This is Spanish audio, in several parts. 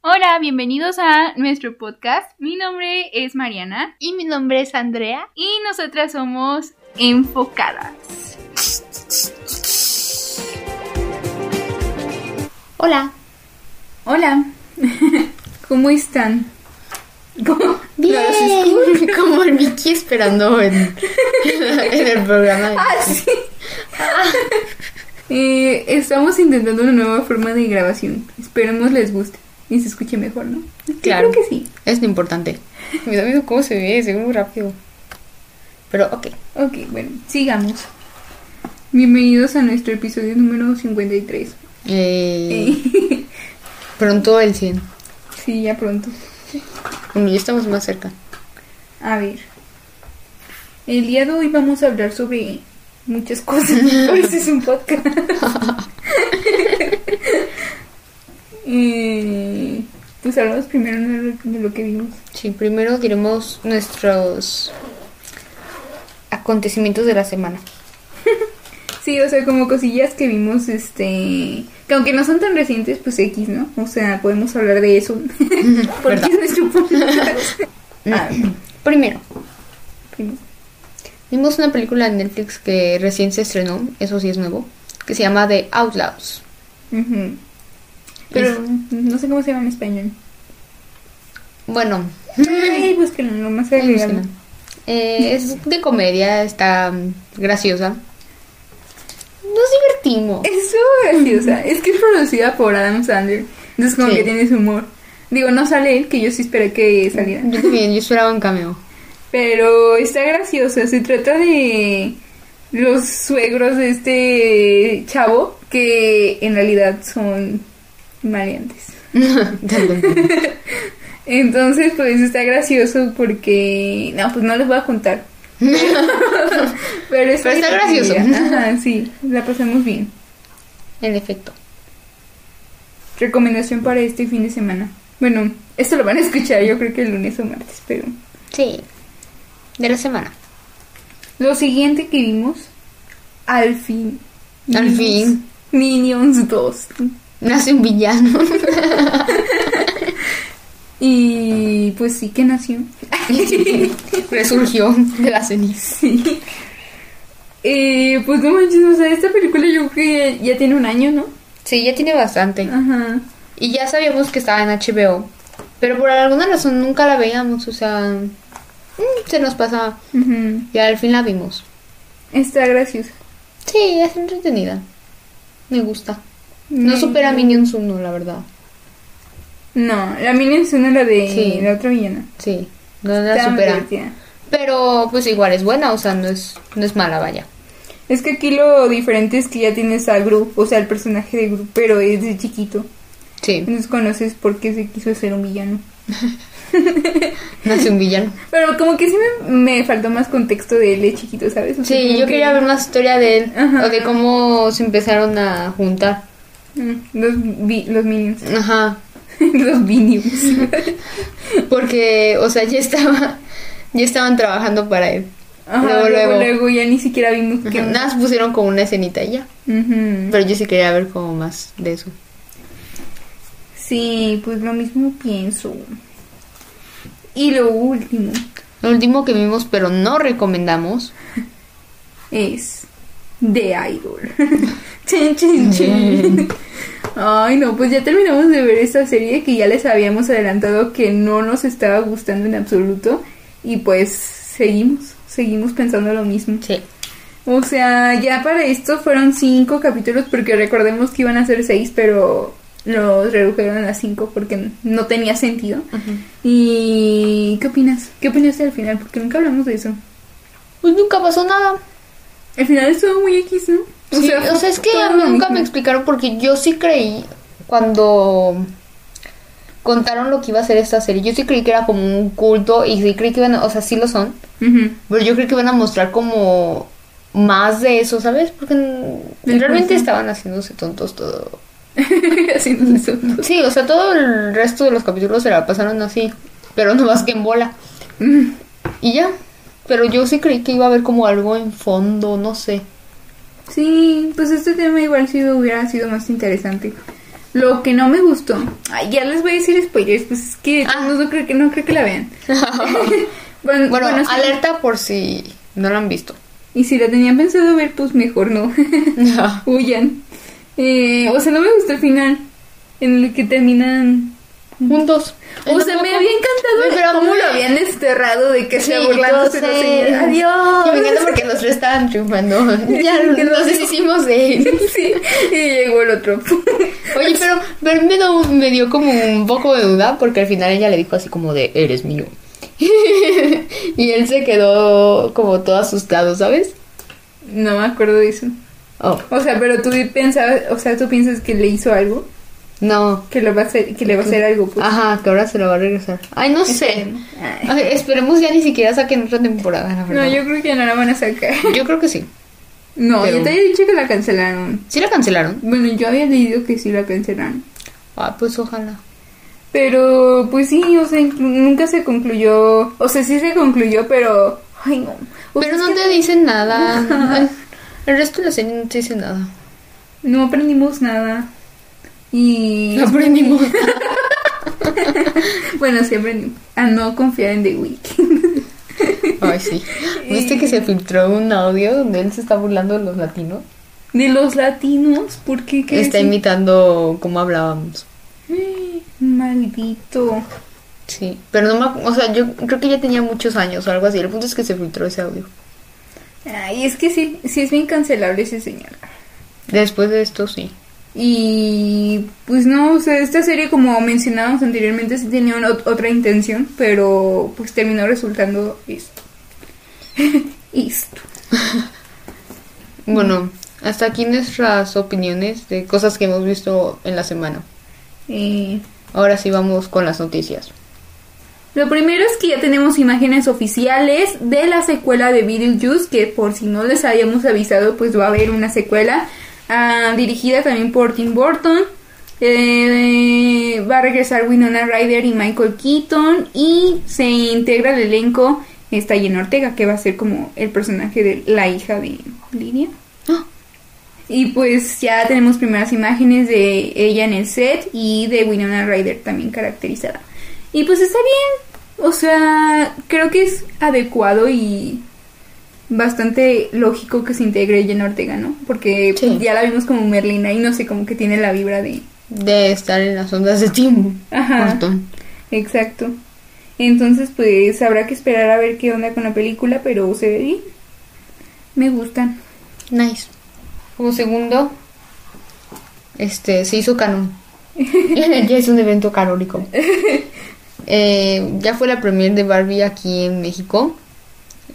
Hola, bienvenidos a nuestro podcast. Mi nombre es Mariana Y mi nombre es Andrea. y nosotras somos enfocadas. Hola. Hola, ¿cómo están? Bien. Como el Mickey esperando en, en el programa. de- Eh, estamos intentando una nueva forma de grabación. Esperemos les guste y se escuche mejor, ¿no? Yo Claro. creo que sí. Es lo importante. Mira, mira cómo se ve, se ve muy rápido. Pero, ok. Ok, bueno, sigamos. Bienvenidos a nuestro episodio número 53. Eh, Eh, pronto el 100. sí, ya pronto. Bueno, ya estamos más cerca. A ver. El día de hoy vamos a hablar sobre muchas cosas. Por eso es un podcast. Eh, pues hablamos primero de lo- de lo que vimos. Sí, primero diremos nuestros acontecimientos de la semana. Sí, o sea, como cosillas que vimos, este, que aunque no son tan recientes, pues X, ¿no? O sea, podemos hablar de eso. Porque ¿Verdad? es nuestro podcast. Ah, Primero, primo. vimos una película en Netflix que recién se estrenó, eso sí es nuevo, que se llama The Outlaws. Ujú. Pero no sé cómo se llama en español. Bueno, Ay, búsquenlo, nomás se búsquenla. pues Eh, es de comedia, está mm, graciosa. Nos divertimos. Es súper graciosa. Es que es producida por Adam Sandler. Entonces, como Sí. que tiene su humor. Digo, no sale él, que yo sí esperé que saliera. Yo también, yo esperaba un cameo. Pero está graciosa, se trata de los suegros de este chavo que en realidad son maleantes. Entonces, pues está gracioso porque. No, pues no les voy a contar. Pero está, Pero está gracioso. Ajá, sí, la pasamos bien. en efecto. Recomendación para este fin de semana. Bueno, esto lo van a escuchar yo creo que el lunes o martes, pero. Sí. De la semana. Lo siguiente que vimos, al fin. Al Minions- fin. Minions 2. Nace un villano. Y pues sí que nació. Resurgió de la ceniza. Sí. Eh, pues no manches, o sea, esta película yo creo que ya tiene un año, ¿no? Sí, ya tiene bastante. Ajá. Y ya sabíamos que estaba en HBO. Pero por alguna razón nunca la veíamos. O sea, mm, se nos pasaba. Ujú. Y al fin la vimos. Está graciosa. Sí, es entretenida. Me gusta. No Me- supera a Minions 1, la verdad. No, la Minions 1 la de Sí. la otra villana. Sí, no la Está muy supera. divertida. Pero pues igual es buena, o sea, no es, no es mala, vaya. Es que aquí lo diferente es que ya tienes a Gru, o sea, el personaje de Gru, pero es de chiquito. Sí, Entonces conoces por qué se quiso ser un villano. nace un villano. Pero como que sí me, me faltó más contexto de él de chiquito, ¿sabes? O sea, Sí, como yo que- quería ver más historia de él, Ajá. o de cómo se empezaron a juntar. Mm, Los, vi- los minions. Ajá, los minions. porque, o sea, ya estaba, ya estaban trabajando para él. Ajá, Luego, luego, luego. luego, ya ni siquiera vimos Ajá, que... Nada, más pusieron como una escenita y ya. Ujú. Pero yo sí quería ver como más de eso. Sí, pues lo mismo pienso. Y lo último Lo último que vimos, pero no recomendamos, es The Idol. Chin, chin, chin. Ay, no, pues ya terminamos de ver esta serie que ya les habíamos adelantado que no nos estaba gustando en absoluto. Y pues seguimos, seguimos pensando lo mismo. sí, O sea, ya para esto fueron cinco capítulos porque recordemos que iban a ser seis, pero los redujeron a cinco porque no tenía sentido. ¿Y qué opinas? ¿Qué opinaste al final? Porque nunca hablamos de eso. pues nunca pasó nada. El final estuvo muy X, ¿no? Sí, o sea, es que todo a mí lo nunca me mismo. explicaron porque yo sí creí cuando contaron lo que iba a ser esta serie. Yo sí creí que era como un culto y sí creí que iban, a- o sea, sí lo son, Ujú. pero yo creí que iban a mostrar como más de eso, ¿sabes? Porque n- Del realmente culto. estaban haciéndose tontos todo. Haciendo eso. Sí, o sea, todo el resto de los capítulos se la pasaron así, pero no más que en bola. Mm. Y ya. Pero yo sí creí que iba a haber como algo en fondo, no sé. Sí, pues este tema igual si hubiera sido más interesante. Lo que no me gustó. Ay, ya les voy a decir spoilers, pues es que Ah. no, no creo que no creo que la vean. bueno, Bueno, bueno, sí. alerta por si no lo han visto. Y si la tenían pensado ver, pues mejor no. Huyan. Eh, o sea, no me gustó el final. En el que terminan. Juntos. O sea, me había encantado Pero a cómo mí- lo habían desterrado de que sea Sí, burlándose yo la sé. señora. Adiós. Y me encanta porque los tres estaban triunfando. Ya Sí, que nos los- deshicimos de él. Sí, y llegó el otro. Oye, pero, pero me, dio, me dio como un poco de duda porque al final ella le dijo así como de, eres mío. y él se quedó como todo asustado, ¿sabes? No me acuerdo de eso. Oh, O sea, pero tú pensabas, o sea, tú piensas que le hizo algo, no. que lo va a hacer, que le va a hacer algo, pues. Ajá, que ahora se lo va a regresar. Ay, Ah, no sé. Ah, Esperemos. Ay. Ay, esperemos ya ni siquiera saquen otra temporada, la No, verdad. yo creo que no la van a sacar. yo... creo que sí. No, Pero- yo te había dicho que la cancelaron. Sí la cancelaron. Bueno, yo había leído que sí la cancelaron. Ah, pues ojalá. Pero, pues sí, o sea, inclu- nunca se concluyó. O sea, sí se concluyó, pero. Ay, no. O sea, Pero es Pues no que te dicen nada. El- El resto de la serie no te dice nada. No aprendimos nada. Y. aprendimos. Bueno, sí aprendimos. A no confiar en The Weeknd. Ay, sí. ¿Viste que se filtró un audio donde él se está burlando de los latinos? De los latinos, ¿por qué crees? Está imitando cómo hablábamos. Maldito. Sí. Pero no me... acu- O sea, yo creo que ya tenía muchos años o algo así. El punto es que se filtró ese audio. Ay, es que sí, sí es bien cancelable ese señor. Después de esto, sí. Y pues no, o sea, esta serie como mencionábamos anteriormente sí tenía una ot- otra intención, pero pues terminó resultando esto. esto. Bueno, hasta aquí nuestras opiniones de cosas que hemos visto en la semana. Eh, Ahora sí vamos con las noticias. lo primero es que ya tenemos imágenes oficiales de la secuela de Beetlejuice, que por si no les habíamos avisado, pues va a haber una secuela ah, dirigida también por Tim Burton. Eh, va a regresar Winona Ryder y Michael Keaton y se integra al elenco está Jen Ortega, que va a ser como el personaje de la hija de Lidia. ¡Ah! Y pues ya tenemos primeras imágenes de ella en el set y de Winona Ryder también caracterizada. Y pues está bien. O sea, creo que es adecuado y bastante lógico que se integre Jen Ortega, ¿no? Porque Sí. ya la vimos como Merlina y no sé, como que tiene la vibra de... De estar en las ondas de Tim Ajá. Burton. Exacto. Entonces, pues habrá que esperar a ver qué onda con la película, pero se ve bien. Me gustan. Nice. Como segundo, este, se hizo canon. ya es un evento canónico. Eh, ya fue la premier de Barbie aquí en México.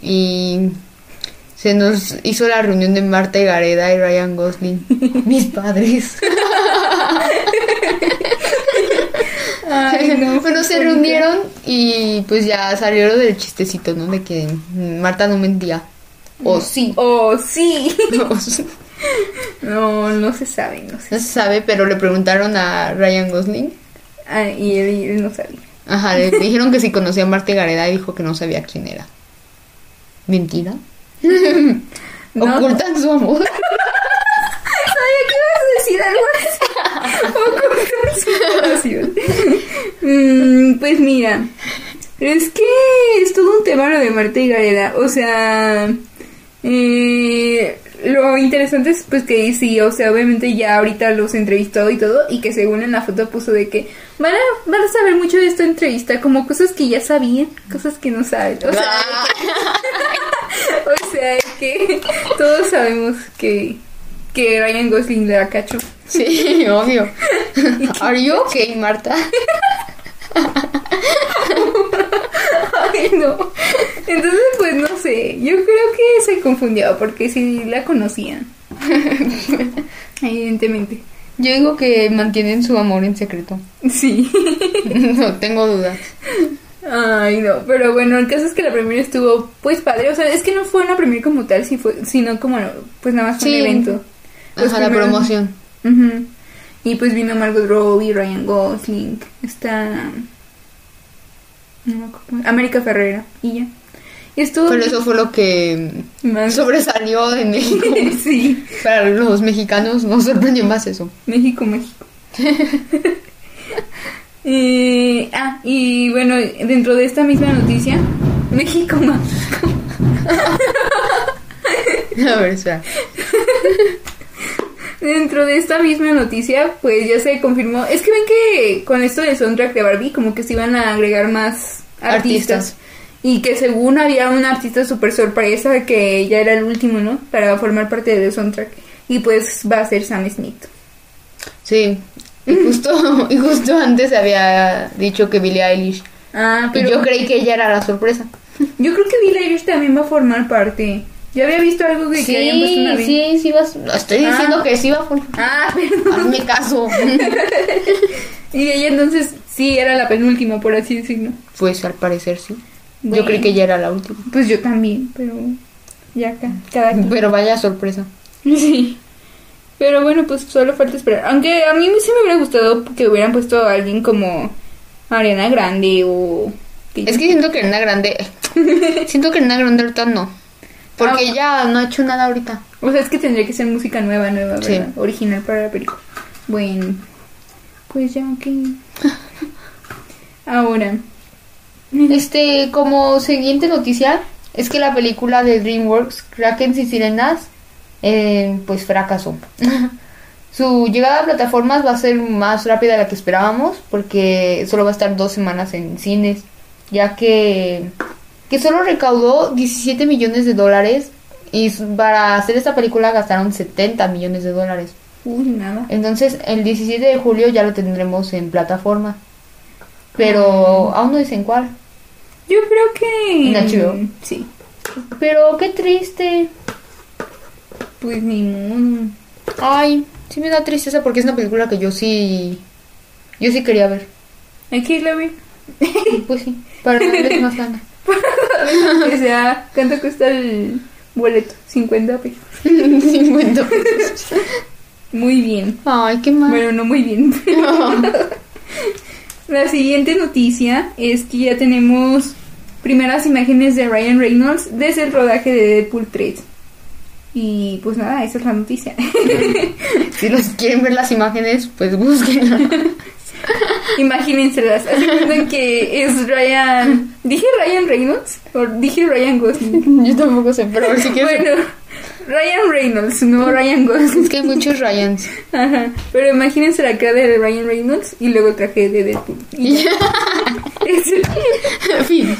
Y se nos hizo la reunión de Marta y Gareda y Ryan Gosling. Mis padres. bueno, se reunieron y pues ya salió lo del chistecito, ¿no? De que Marta no mentía. O sí. Oh, sí. O sí. No, no se sabe, no sé. No se sabe, pero le preguntaron a Ryan Gosling. Ah, y él, y él no sabía. Ajá, le dijeron que si conocía a Marta Gareda y dijo que no sabía quién era. ¿Mentira? No. Ocultan su amor. Sabía que ibas a decir algo así. Ocultan su pasión. Mm, pues mira, es que es todo un tema lo de Marta y Gareda. O sea, eh, lo interesante es pues que sí, o sea, obviamente ya ahorita los entrevistó y todo, y que según en la foto puso de que van a, van a saber mucho de esta entrevista, como cosas que ya sabían, cosas que no saben. O sea, Ah. o sea, que todos sabemos que, que Ryan Gosling le da cacho. Sí, obvio. ¿Are you okay, Marta? Ay, no. Entonces, pues no sé. Yo creo que se confundió porque sí la conocían. Evidentemente. Yo digo que mantienen su amor en secreto. Sí. No tengo dudas. Ay, no. Pero bueno, el caso es que la primera estuvo, pues padre. O sea, es que no fue una premier como tal, si fue, sino como, pues nada más fue Sí. un evento. Los Ajá, la primeros- promoción. Ujú. Y pues vino Margot Robbie, Ryan Gosling, está. No me acuerdo. cómo- América Ferrera y ya. Y estuvo. Pero eso fue lo que Más- sobresalió de México. sí, Para los mexicanos nos sorprendió más eso. México, México. Eh, ah, y bueno, dentro de esta misma noticia, México mágico. A ver, espera. Dentro de esta misma noticia, pues ya se confirmó. Es que ven que con esto del soundtrack de Barbie, como que se iban a agregar más artistas. Artistas. Y que según había un artista súper sorpresa que ya era el último, ¿no? Para formar parte del soundtrack. Y pues va a ser Sam Smith. Sí. Y Mm. justo, y justo antes había dicho que Billie Eilish. Ah, Y yo creí que ella era la sorpresa. Yo creo que Billie Eilish también va a formar parte. Ya había visto algo de que habían puesto una Sí, vez. sí, sí vas. Estoy Ah. diciendo que sí va a formar- Ah, perdón. Hazme caso. Y ella entonces sí era la penúltima, por así decirlo. Pues al parecer sí. Bueno. Yo creí que ella era la última. Pues yo también, pero ya acá, cada quien. Pero vaya sorpresa. Sí. Pero bueno, pues solo falta esperar. Aunque a mí sí me hubiera gustado que hubieran puesto a alguien como Ariana Grande o... Es que siento que Ariana Grande. siento que Ariana Grande ahorita no. Porque Ah. ya no ha hecho nada ahorita. O sea, es que tendría que ser música nueva, nueva, Sí. ¿verdad? Original para la película. Bueno, pues ya, ok. Ahora. Este, como siguiente noticia, es que la película de DreamWorks, Kraken y Sirenas, eh, pues fracasó. Su llegada a plataformas va a ser más rápida de la que esperábamos, porque solo va a estar dos semanas en cines, ya que, que solo recaudó 17 millones de dólares y s- para hacer esta película gastaron 70 millones de dólares. Uy, nada. Entonces, el 17 de julio ya lo tendremos en plataforma, pero aún no dicen cuál. Yo creo que... En HBO. Sí. Pero qué triste. Pues ni modo. Ay, sí me da tristeza porque es una película que yo sí. Yo sí quería ver. Hay que irla a ver. Pues sí, para darles más ganas. que sea, ¿cuánto cuesta el boleto? 50 pesos. 50 pesos. Muy bien. Ay, qué mal. Bueno, no muy bien. La siguiente noticia es que ya tenemos primeras imágenes de Ryan Reynolds desde el rodaje de Deadpool 3. Y pues nada, esa es la noticia. Si los quieren ver las imágenes, pues búsquenlas. Imagínenselas. Haz de cuenta que es Ryan. ¿Dije Ryan Reynolds? ¿O dije Ryan Gosling? Yo tampoco sé, pero si quieren. Bueno, Ryan Reynolds, no Ryan Gosling. Es que hay muchos Ryans. Ajá. Pero imagínense la cara de Ryan Reynolds y luego traje de Deadpool. Y ya. En fin.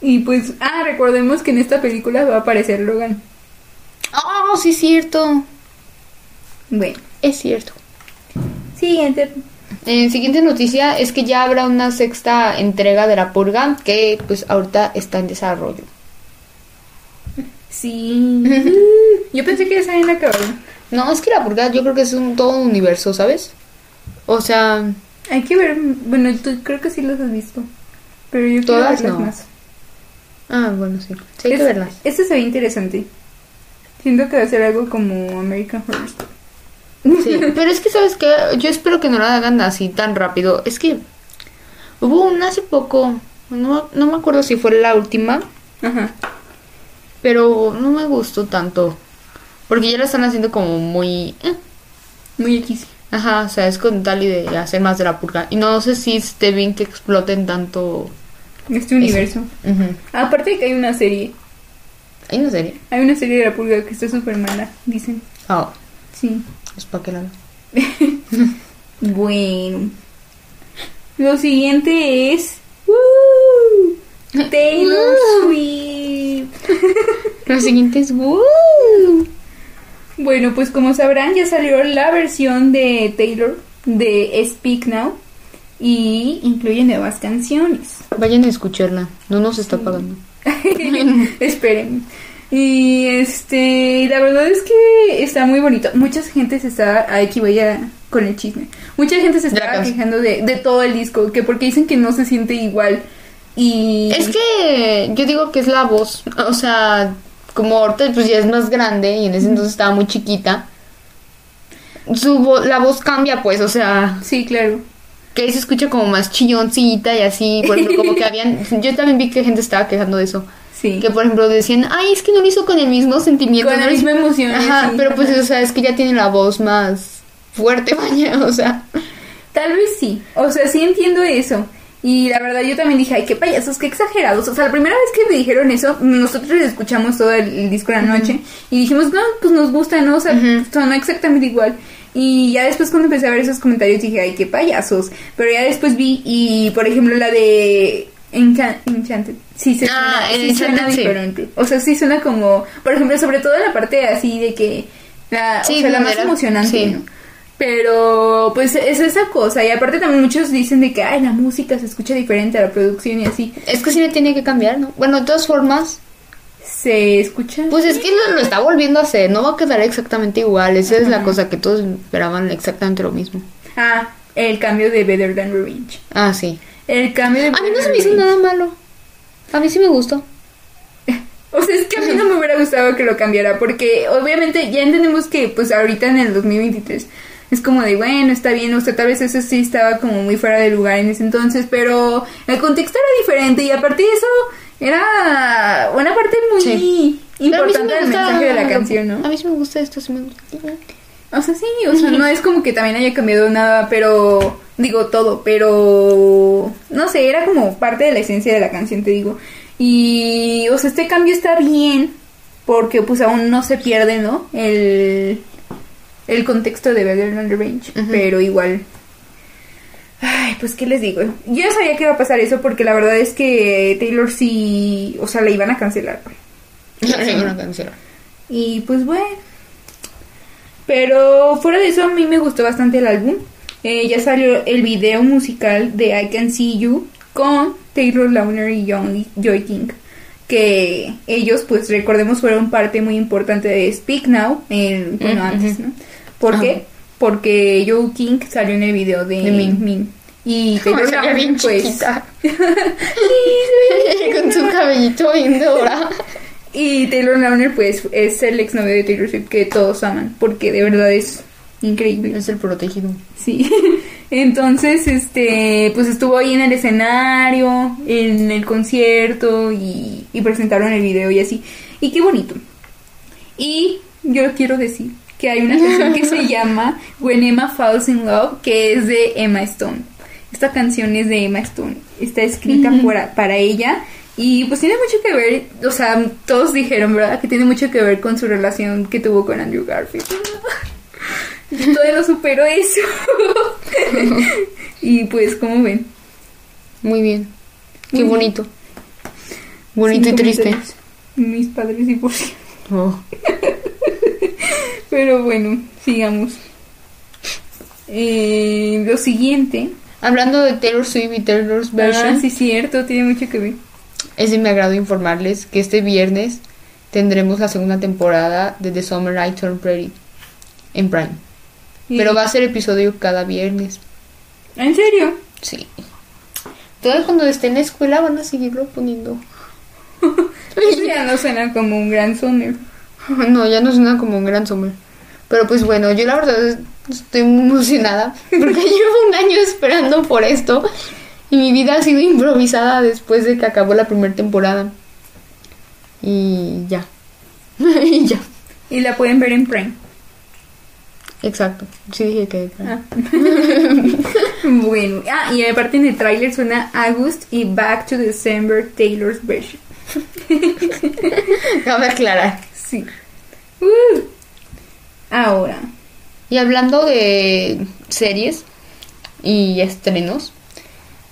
y pues, ah, recordemos que en esta película va a aparecer Logan. Oh, sí, es cierto. Bueno, Es cierto. siguiente. Eh, siguiente noticia es que ya habrá una sexta entrega de la purga que pues ahorita está en desarrollo. Sí. Yo pensé que ya se habían acabado. No, es que la purga yo creo que es un todo un universo, ¿sabes? O sea, Hay que ver. Bueno, tú creo que sí los has visto. Pero yo quiero Todas verlas no. más. ah, bueno, sí. Sí, hay Es- que verlas. Este se ve interesante. Siento que va a ser algo como American Horror Story. Sí, pero es que sabes que yo espero que no la hagan así tan rápido. Es que hubo una hace poco, no, no me acuerdo si fue la última, Ajá. pero no me gustó tanto. Porque ya la están haciendo como muy... eh. Muy X. Ajá, o sea, es con tal y de hacer más de la purga. Y no sé si esté bien que exploten tanto... Este universo. Ujú. Aparte de que hay una serie. Hay una serie. Hay una serie de la pulga que está súper mala, dicen. Ah, Sí. es para que la vean. Bueno. Lo siguiente es. ¡Woo! Taylor Swift. La siguiente es... ¡uh! ¡Woo! Bueno, pues como sabrán, ya salió la versión de Taylor de Speak Now. Y incluye nuevas canciones. Vayan a escucharla, no nos está pagando. Esperen. Y este, la verdad es que está muy bonito. Mucha gente se está, ay, aquí voy a con el chisme. Mucha gente se De la está canción. quejando de, de todo el disco, que porque dicen que no se siente igual. Y Es que yo digo que es la voz, o sea, como ahorita pues ya es más grande y en ese entonces estaba muy chiquita. Su vo- la voz cambia pues, o sea, sí, claro. que ahí se escucha como más chilloncita y así, por ejemplo, como que habían yo también vi que gente estaba quejando de eso, Sí. que por ejemplo decían, "Ay, es que no lo hizo con el mismo sentimiento, Con no la lo hizo-". misma emoción. Ajá, pues sí. pero pues o sea, es que ya tiene la voz más fuerte mañana, o sea. Tal vez sí. O sea, sí entiendo eso. Y la verdad yo también dije, ay, qué payasos, qué exagerados. O sea, la primera vez que me dijeron eso, nosotros escuchamos todo el, el disco de la noche y dijimos, no, pues nos gusta, ¿no? O sea, pues, sonó exactamente igual. Y ya después cuando empecé a ver esos comentarios dije, ay, qué payasos. Pero ya después vi y, por ejemplo, la de Encan- Enchanted. Sí, se suena, Ah, sí suena Enchanted, sí. diferente. O sea, sí suena como, por ejemplo, sobre todo la parte así de que, la, Sí, o sea, la más vulnera- emocionante, sí. ¿no? Pero pues es esa cosa y aparte también muchos dicen de que ay la música se escucha diferente a la producción y así Es que sí le tiene que cambiar, ¿no? Bueno, de todas formas, se escucha. pues es que lo, lo está volviendo a hacer, no va a quedar exactamente igual, esa es la cosa que todos esperaban exactamente lo mismo. Ah, el cambio de Better Than Revenge. Ah, sí. El cambio de A mí Better no se Than me hizo Revenge. nada malo. A mí sí me gustó. O sea, es que a mí no me hubiera gustado que lo cambiara, porque obviamente ya entendemos que pues ahorita en el 2023 es como de, bueno, está bien, o sea, tal vez eso sí estaba como muy fuera de lugar en ese entonces, pero el contexto era diferente y aparte de eso era una parte muy Sí. Pero a mí sí importante me del gusta- mensaje de la canción, ¿no? A mí sí me gusta esto, sí me gusta. O sea, sí, o sea, no es como que también haya cambiado nada, pero digo todo, pero no sé, era como parte de la esencia de la canción, te digo. Y, o sea, este cambio está bien, porque pues aún no se pierde, ¿no? El, el contexto de Better Than Revenge, Ujú. pero igual. Ay, pues, ¿qué les digo? Yo ya sabía que iba a pasar eso, porque la verdad es que Taylor sí, o sea, la iban a cancelar. güey. una canción. Y pues bueno. Pero fuera de eso, a mí me gustó bastante el álbum. Eh, ya salió el video musical de I Can See You con Taylor Lautner y John- Joy King. Que ellos, pues recordemos, fueron parte muy importante de Speak Now. el- bueno, Mm, antes, ujú. ¿no? ¿Por Ajá. qué? Porque Joe King salió en el video de, De Min. Y Me Taylor salía Lautner, bien pues. chiquita. Con su cabellito bien dorado. Y Taylor Lautner, pues, es el exnovio de Taylor Swift que todos aman. Porque de verdad es increíble. Es el protegido. Sí. Entonces, este, pues estuvo ahí en el escenario, en el concierto y, y presentaron el video y así. Y qué bonito. Y yo quiero decir que hay una canción que se llama When Emma Falls in Love, que es de Emma Stone. Esta canción es de Emma Stone. Está escrita por- para ella. Y pues tiene mucho que ver, o sea, todos dijeron, ¿verdad? Que tiene mucho que ver con su relación que tuvo con Andrew Garfield. Yo todavía no supero eso. y pues, como ven? Muy bien. Qué Muy bonito. Bonito Sin y triste. comentarios. Mis padres divorciados. Oh. Pero bueno, sigamos. Eh, lo siguiente. Hablando de Taylor Swift y Taylor's Ah, version, sí, cierto, tiene mucho que ver. es de mi agrado informarles que este viernes tendremos la segunda temporada de The Summer I Turn Pretty en Prime. Y- Pero va a ser episodio cada viernes. ¿En serio? Sí. Todavía cuando esté en la escuela van a seguirlo poniendo. Eso ya no suena como un gran summer. No, ya no suena como un gran summer. Pero pues bueno, yo la verdad es- estoy muy emocionada porque llevo un año esperando por esto y mi vida ha sido improvisada después de que acabó la primera temporada. Y ya. y ya. Y la pueden ver en Prime. Exacto. Sí dije que... Ah. bueno, ah, y aparte en el tráiler suena August y Back to December Taylor's version. Cabe aclarar. Sí. Uh. Ahora. Y hablando de series y estrenos,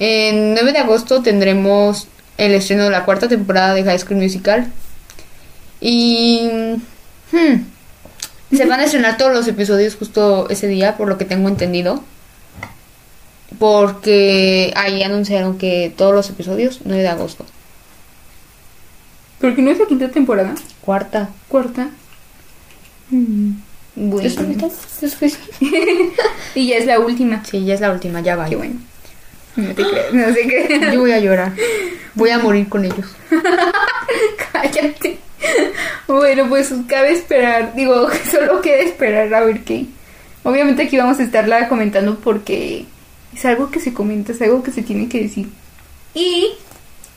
en 9 de agosto tendremos el estreno de la cuarta temporada de High School Musical. Y hmm, se van a estrenar todos los episodios justo ese día, por lo que tengo entendido. Porque ahí anunciaron que todos los episodios, 9 de agosto. ¿Por qué no es la quinta temporada? Cuarta. Cuarta. Mm, ¿Es Bueno. cuarta? ¿Es que sí? Y ya es la última. Sí, ya es la última, ya va. Qué bueno. No te creas, no sé qué. Yo voy a llorar. Voy a morir con ellos. Cállate. Bueno, pues cabe esperar. Digo, solo queda esperar a ver qué. Obviamente aquí vamos a estarla comentando porque es algo que se comenta, es algo que se tiene que decir. Y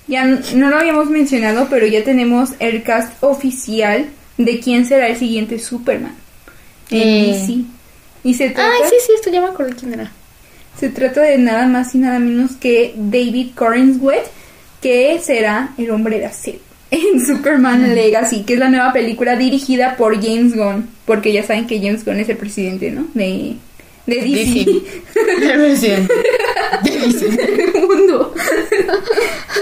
ya n- no lo habíamos mencionado, pero ya tenemos el cast oficial de quién será el siguiente Superman. En Eh. DC. Y se trata, Ay, sí, sí, esto ya me acordé quién era. se trata de nada más y nada menos que David Cornswet, que será el hombre de acero en Superman Legacy, que es la nueva película dirigida por James Gunn, porque ya saben que James Gunn es el presidente, ¿no? De, de DC. mundo.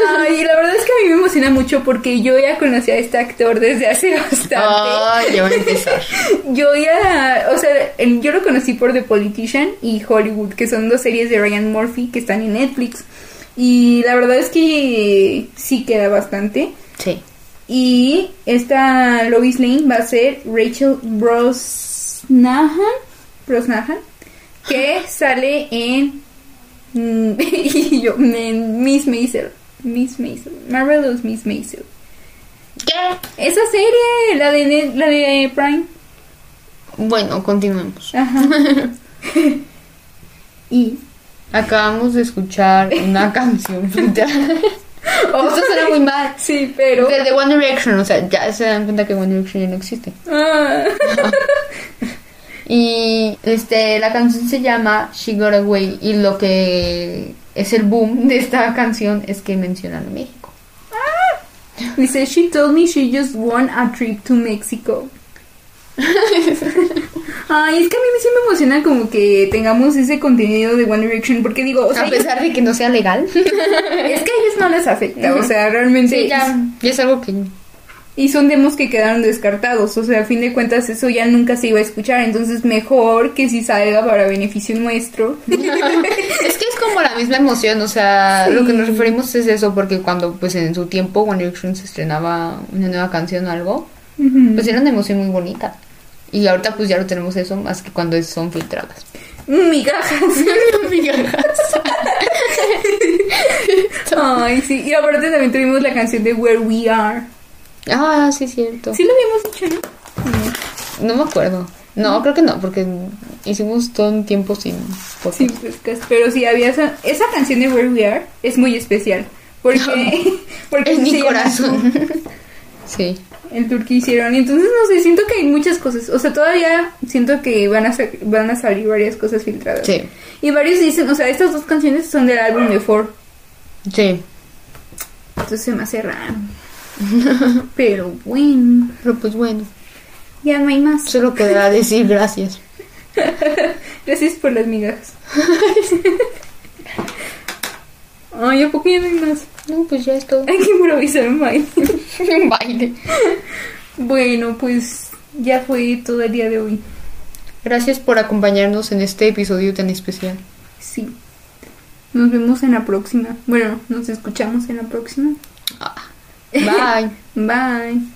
Ay, la verdad es que a mí me emociona mucho porque yo ya conocía a este actor desde hace bastante. Ay, ya va a empezar. Yo ya, o sea, el- yo lo conocí por The Politician y Hollywood, que son dos series de Ryan Murphy que están en Netflix. Y la verdad es que sí queda bastante. Sí. Y esta Lois Lane va a ser Rachel Brosnahan, Brosnahan que sale en, mm, y yo, en Miss Maisel. Miss Maisel. Marvelous Miss Maisel. ¿Qué? Esa serie, la de, Net- la de Prime. Bueno, continuemos. Ajá. y... Acabamos de escuchar una canción literal. Esto suena muy mal. Sí, pero... De, de One Direction, o sea, ya se dan cuenta que One Direction ya no existe. Ah. Y este, la canción se llama She Got Away. Y lo que es el boom de esta canción es que mencionan a México. Dice, she told me she just won a trip to Mexico. Ay, es que a mí sí me emociona como que tengamos ese contenido de One Direction, porque digo, o sea, a pesar de que no sea legal. es que a ellos no les afecta, o sea, realmente... Sí, ya, ya es algo que. Y son demos que quedaron descartados, o sea, a fin de cuentas eso ya nunca se iba a escuchar, entonces mejor que si salga para beneficio nuestro. Es que es como la misma emoción, o sea, lo que nos referimos es eso, porque cuando pues en su tiempo One Direction se estrenaba una nueva canción o algo, pues era una emoción muy bonita. Y ahorita pues ya no tenemos eso más que cuando es- son filtradas. Migajas. Ay, sí. Y aparte también tuvimos la canción de Where We Are. Ah, sí, cierto. Sí lo habíamos dicho, ¿no? No. No me acuerdo. No, creo que no, porque hicimos todo un tiempo sin podcast. Sí, podcast, pero sí había esa, esa canción de Where We Are es muy especial porque porque En mi se llama corazón. sí. el tour que hicieron entonces no sé siento que hay muchas cosas o sea todavía siento que van a sa- van a salir varias cosas filtradas Sí. y varios dicen o sea estas dos canciones son del álbum de Four Sí. entonces se me hace raro pero bueno Pero pues bueno, ya no hay más solo queda decir gracias. gracias por las migajas ay a poco ya no hay más No, pues ya es todo. hay que improvisar Mike un baile. Bueno, pues ya fue todo el día de hoy. Gracias por acompañarnos en este episodio tan especial. Sí. Nos vemos en la próxima. Bueno, nos escuchamos en la próxima. Ah. Bye. Bye.